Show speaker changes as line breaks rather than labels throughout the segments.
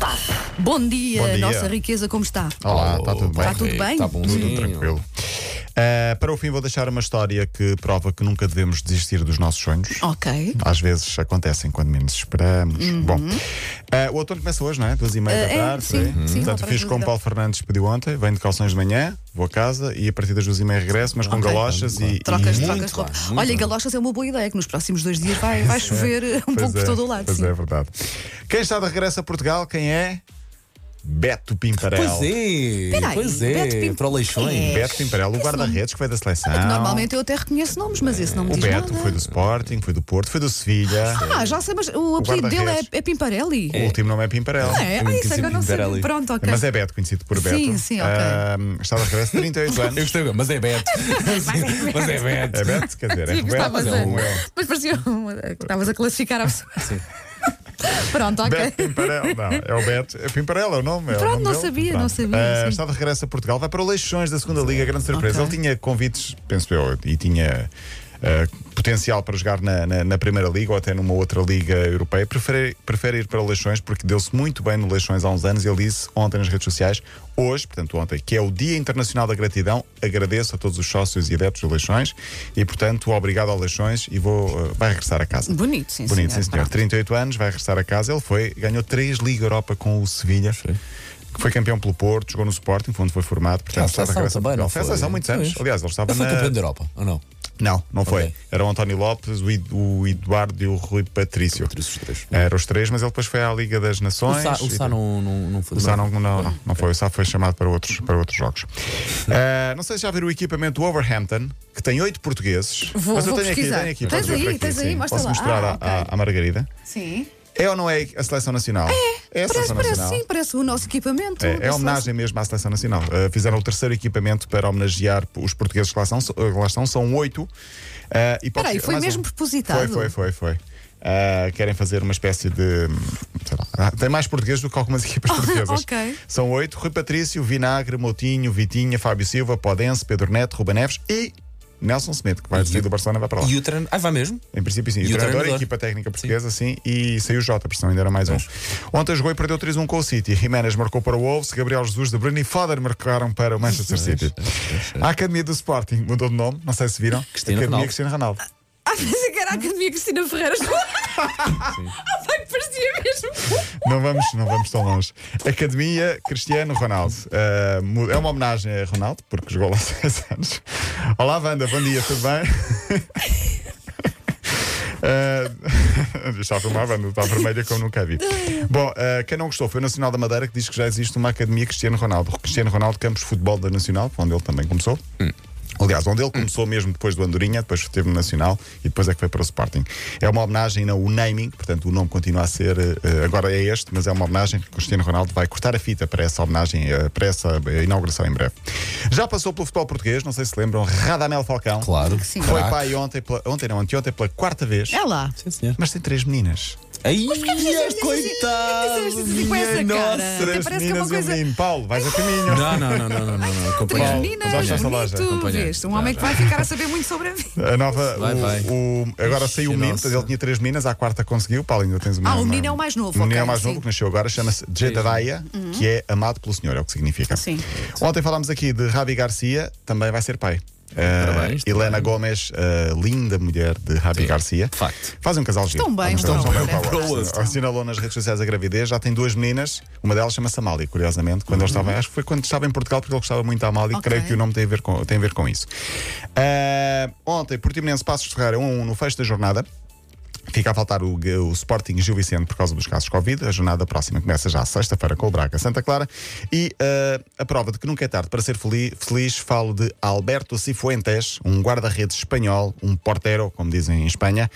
Passe.
Bom dia,
Bom dia.
nossa riqueza, como está?
Olá, está tudo bem?
Está Tá tudo bem?
Está É, tá bom,
Tudo tranquilo. Uh, para o fim, vou deixar uma história que prova que nunca devemos desistir dos nossos sonhos.
Ok.
Às vezes acontecem quando menos esperamos. Bom, uh, o outono começa hoje, não é? Duas e meia
Uh,
da
Uhum. é,
tarde. por aí.
sim, sim, lá
Portanto,
para
fiz
as duas
como
da-
Paulo Fernandes pediu ontem: venho de calções de manhã, vou a casa e a partir das duas e meia regresso, mas com
Ah, Ok.
galochas e.
Trocas, trocas
e...
de roupa.
bem, muito
Olha,
bem.
galochas é uma boa ideia, que nos próximos dois dias vai, vai chover um
Pois
pouco por
é,
todo o lado.
Pois
sim.
é, é verdade. Quem está de regresso a Portugal, quem é? Beto Pimparel.
Pois é,
Peraí,
pois é,
Beto Pinto-
para o Leixões.
É.
Beto Pimparel, o guarda-redes que foi da seleção.
Normalmente eu até reconheço nomes, mas esse não me
O
diz
Beto
nada.
foi do Sporting, foi do Porto, foi do Sevilha.
Ah, já sei, mas o apelido dele é,
guarda-redes.
é Pimparelli.
O último nome é Pimparel.
Ah, é?
Eu
Ah,
nunca
isso
sei
agora não sei.
Pimparelli.
Pronto, ok.
Mas é Beto, conhecido por Beto.
Sim, sim, ok.
Ahm, está de regresso de 38
Eu
anos.
gostei, agora, mas é Beto. mas é Beto.
É Beto, quer dizer, é
Sim,
Roberto,
estavas
mas
a-
é um L.
Mas parecia uma- que estavas a classificar a pessoa.
Sim.
Pronto, ok.
Beto Pimparel, não, é o Beto. É Pimparel é o nome. é o
Pronto,
nome
não
dele.
sabia,
Pronto.
não sabia,
Ah,
sim.
está de regresso a Portugal, vai para o Leixões da segunda Liga, grande surpresa.
Ok.
Ele tinha convites, penso eu, e tinha ah, potencial para jogar na, na- na Primeira Liga ou até numa outra Liga Europeia. Prefere, prefere ir para o Leixões porque deu-se muito bem no Leixões há uns anos. Ele disse ontem nas redes sociais, hoje, portanto ontem, que é o Dia Internacional da Gratidão. Agradeço a todos os sócios e adeptos do Leixões e, portanto, obrigado ao Leixões e vou, ah, vai regressar a casa.
Bonito, sim,
Bonito,
senhor.
sim, senhor. 38 anos, vai regressar a casa. Ele foi, ganhou três Liga Europa com o Sevilha. que Foi campeão pelo Porto, jogou no Sporting, foi onde foi formado. Portanto,
Ah,
está de
seleção
regresso a
também,
Portugal.
não
Foi
foi?
seleção há muitos anos.
Pois.
Aliás, ele estava
Ele foi
na-
campeão da Europa, ou não?
Não, não foi.
Ok.
Era o António Lopes, o, Ed- o Eduardo e o Rui Patrício.
Patrício, os três.
Eram os três, mas ele depois foi à Liga das
O
Nações.
Sá, o Sá não, não, não foi.
O Sá não, não, não, não foi, o Sá foi chamado para outros, para outros jogos. Eh, não sei se já viram o equipamento do Overhampton, que tem oito portugueses.
Vou-
mas eu
vou
tenho
pesquisar.
aqui, tenho aqui.
Tens
podes ver
aí,
por aqui,
tens aí,
sim.
mostra
Posso
lá.
mostrar
Ah,
à- à-
ok.
à Margarida?
Sim.
É ou não é a Seleção Nacional? É. a
Parece,
Seleção
parece
Nacional.
sim, parece o nosso equipamento. da
É, é
seleção.
homenagem mesmo à Seleção Nacional. Uh, fizeram o terceiro equipamento para homenagear os portugueses que lá são, que lá estão, são oito. Uh, e
Espera
pode
aí,
ser
foi
mais
mesmo
um.
propositado?
Foi, foi, foi. foi. Uh, querem fazer uma espécie de. hum, Sei lá, ah, tem mais portugueses do que algumas equipas portuguesas.
Ah, ok.
São oito: Rui Patrício, Vinagre, Moutinho, Vitinha, Fábio Silva, Podense, Pedro Neto, Ruben Neves e Nelson Smith, que vai sair do Barcelona e vai para lá.
E o treino. Ah, vai mesmo?
Em princípio, sim. E
E
o
o
treinador, a
treinador?
equipa técnica portuguesa, sim. E saiu o Jota, porque senão ainda era mais um. Ontem jogou e perdeu 3-1 com o City. Jiménez marcou para o Wolves, Gabriel Jesus, De Bruyne e Foden marcaram para o Manchester City. A Academia do Sporting mudou de nome, não sei se viram.
Cristiano
Academia
Ronaldo.
Cristiano Ronaldo.
Ah, pensei que era a Academia Cristina Ferreira. Ah, bem, parecia mesmo.
Não vamos, não vamos tão longe. Academia Cristiano Ronaldo. Ah, mu- é uma homenagem a Ronaldo, porque jogou lá 6 anos. Olá, Wanda, bom dia, tudo bem? Ah, está a filmar, Wanda, está vermelha como nunca a vi. Bom, ah, quem não gostou foi o Nacional da Madeira que diz que já existe uma Academia Cristiano Ronaldo. Cristiano Ronaldo Campos Futebol da Nacional, onde ele também começou.
Hum.
Aliás, onde ele começou mesmo depois do Andorinha, depois esteve no Nacional e depois é que foi para o Sporting. É uma homenagem não o naming, portanto o nome continua a ser, eh, agora é este, mas é uma homenagem que o Cristiano Ronaldo vai cortar a fita para essa homenagem, eh, para essa eh, inauguração em breve. Já passou pelo futebol português, não sei se lembram, Radamel Falcão.
Claro.
Sim.
Foi
Craque.
pai ontem, pela- ontem não, anteontem pela quarta vez.
É lá.
Sim, senhor.
Mas tem três meninas.
Aí,
é fizeste
coitado!
assim? Por que fizeste assim com
minha
essa
nossa.
cara? Até parece
Três
que é
meninas
uma coisa-
e um menino. Paulo, vais a caminho.
Não, não, não, não, não, não, não.
Três
acompanhei.
meninas,
vamos à
Acompanhei.
nossa loja,
bonito,
acompanhei.
veste. Um homem que vai ficar a saber muito sobre a vida.
A nova.
Vai,
o-
vai.
o- agora
Ixi,
saiu o menino,
nossa.
portanto, ele tinha três meninas, à quarta conseguiu. Paulo, ainda tens uma.
Ah, o
uma-
menino é o mais novo,
O menino é o
ok,
mais
sim.
novo que nasceu agora, chama-se Jedediah, que é amado pelo Senhor, é o que significa.
Sim.
Ontem falámos aqui de Rabi Garcia, também vai ser pai. Eh,
Parabéns,
Helena Gomes, eh, linda mulher de Rabi Garcia.
de facto.
Fazem um casal giro.
Estão bem,
Fazem um
estão
casal
bem,
bem,
é
para o
verdade.
outro. Assinalou nas redes sociais a gravidez, já tem duas meninas, uma delas chama-se Amália, curiosamente, quando ele estava, acho que foi quando estava em Portugal, porque ele gostava muito da Amália, e
Ok.
creio que o nome tem a ver com, tem a ver com isso. Ah, ontem, Portimonense Passos de Ferreira 1-1 no fecho da jornada. Fica a faltar o, o Sporting Gil Vicente por causa dos casos Covid. A jornada próxima começa já sexta-feira com o Braga Santa Clara. E ah, a prova de que nunca é tarde para ser feliz, feliz falo de Alberto Cifuentes, um guarda-redes espanhol, um portero, como dizem em Espanha.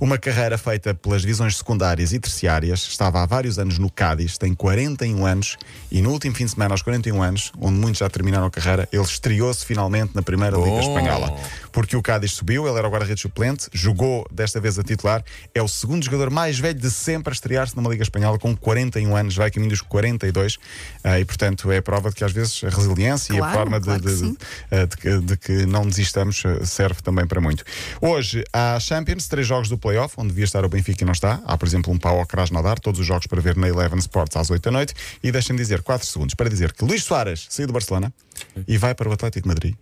Uma carreira feita pelas divisões secundárias e terciárias. Estava há vários anos no Cádiz, tem 41 anos. E no último fim de semana, aos 41 anos, onde muitos já terminaram a carreira, ele estreou-se finalmente na primeira Liga
Bom.
Espanhola porque o Cádiz subiu, ele era o guarda-redes suplente, jogou desta vez a titular é o segundo jogador mais velho de sempre a estrear-se numa Liga Espanhola com 41 anos, vai caminho dos 42, eh, e portanto é a prova de que às vezes a resiliência e a
Claro,
forma de-
claro que
de- de,
sim.
eh, de que, de que não desistamos eh, serve também para muito. Hoje há Champions, três jogos do playoff, onde devia estar o Benfica e não está. Há, por exemplo, um pau ao Krasnodar, todos os jogos para ver na Eleven Sports às 8 da noite. E deixem-me dizer 4 segundos para dizer que Luís Soares saiu do Barcelona e vai para o Atlético de Madrid.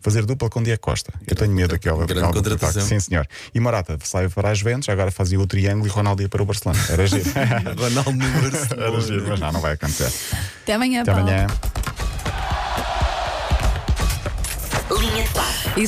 Fazer dupla com Diego Costa. Eu tenho medo daquela.
grande
daquela dupla
contratação.
ataque. Sim, senhor. E Morata saiu para as Ventos, agora fazia o triângulo e Ronaldo ia para o Barcelona. Era giro.
Ronaldo no
Era giro,
Barcelona.
mas não, não vai acontecer.
Até amanhã,
Até
Paulo.
amanhã.
Linha de passe.
Isso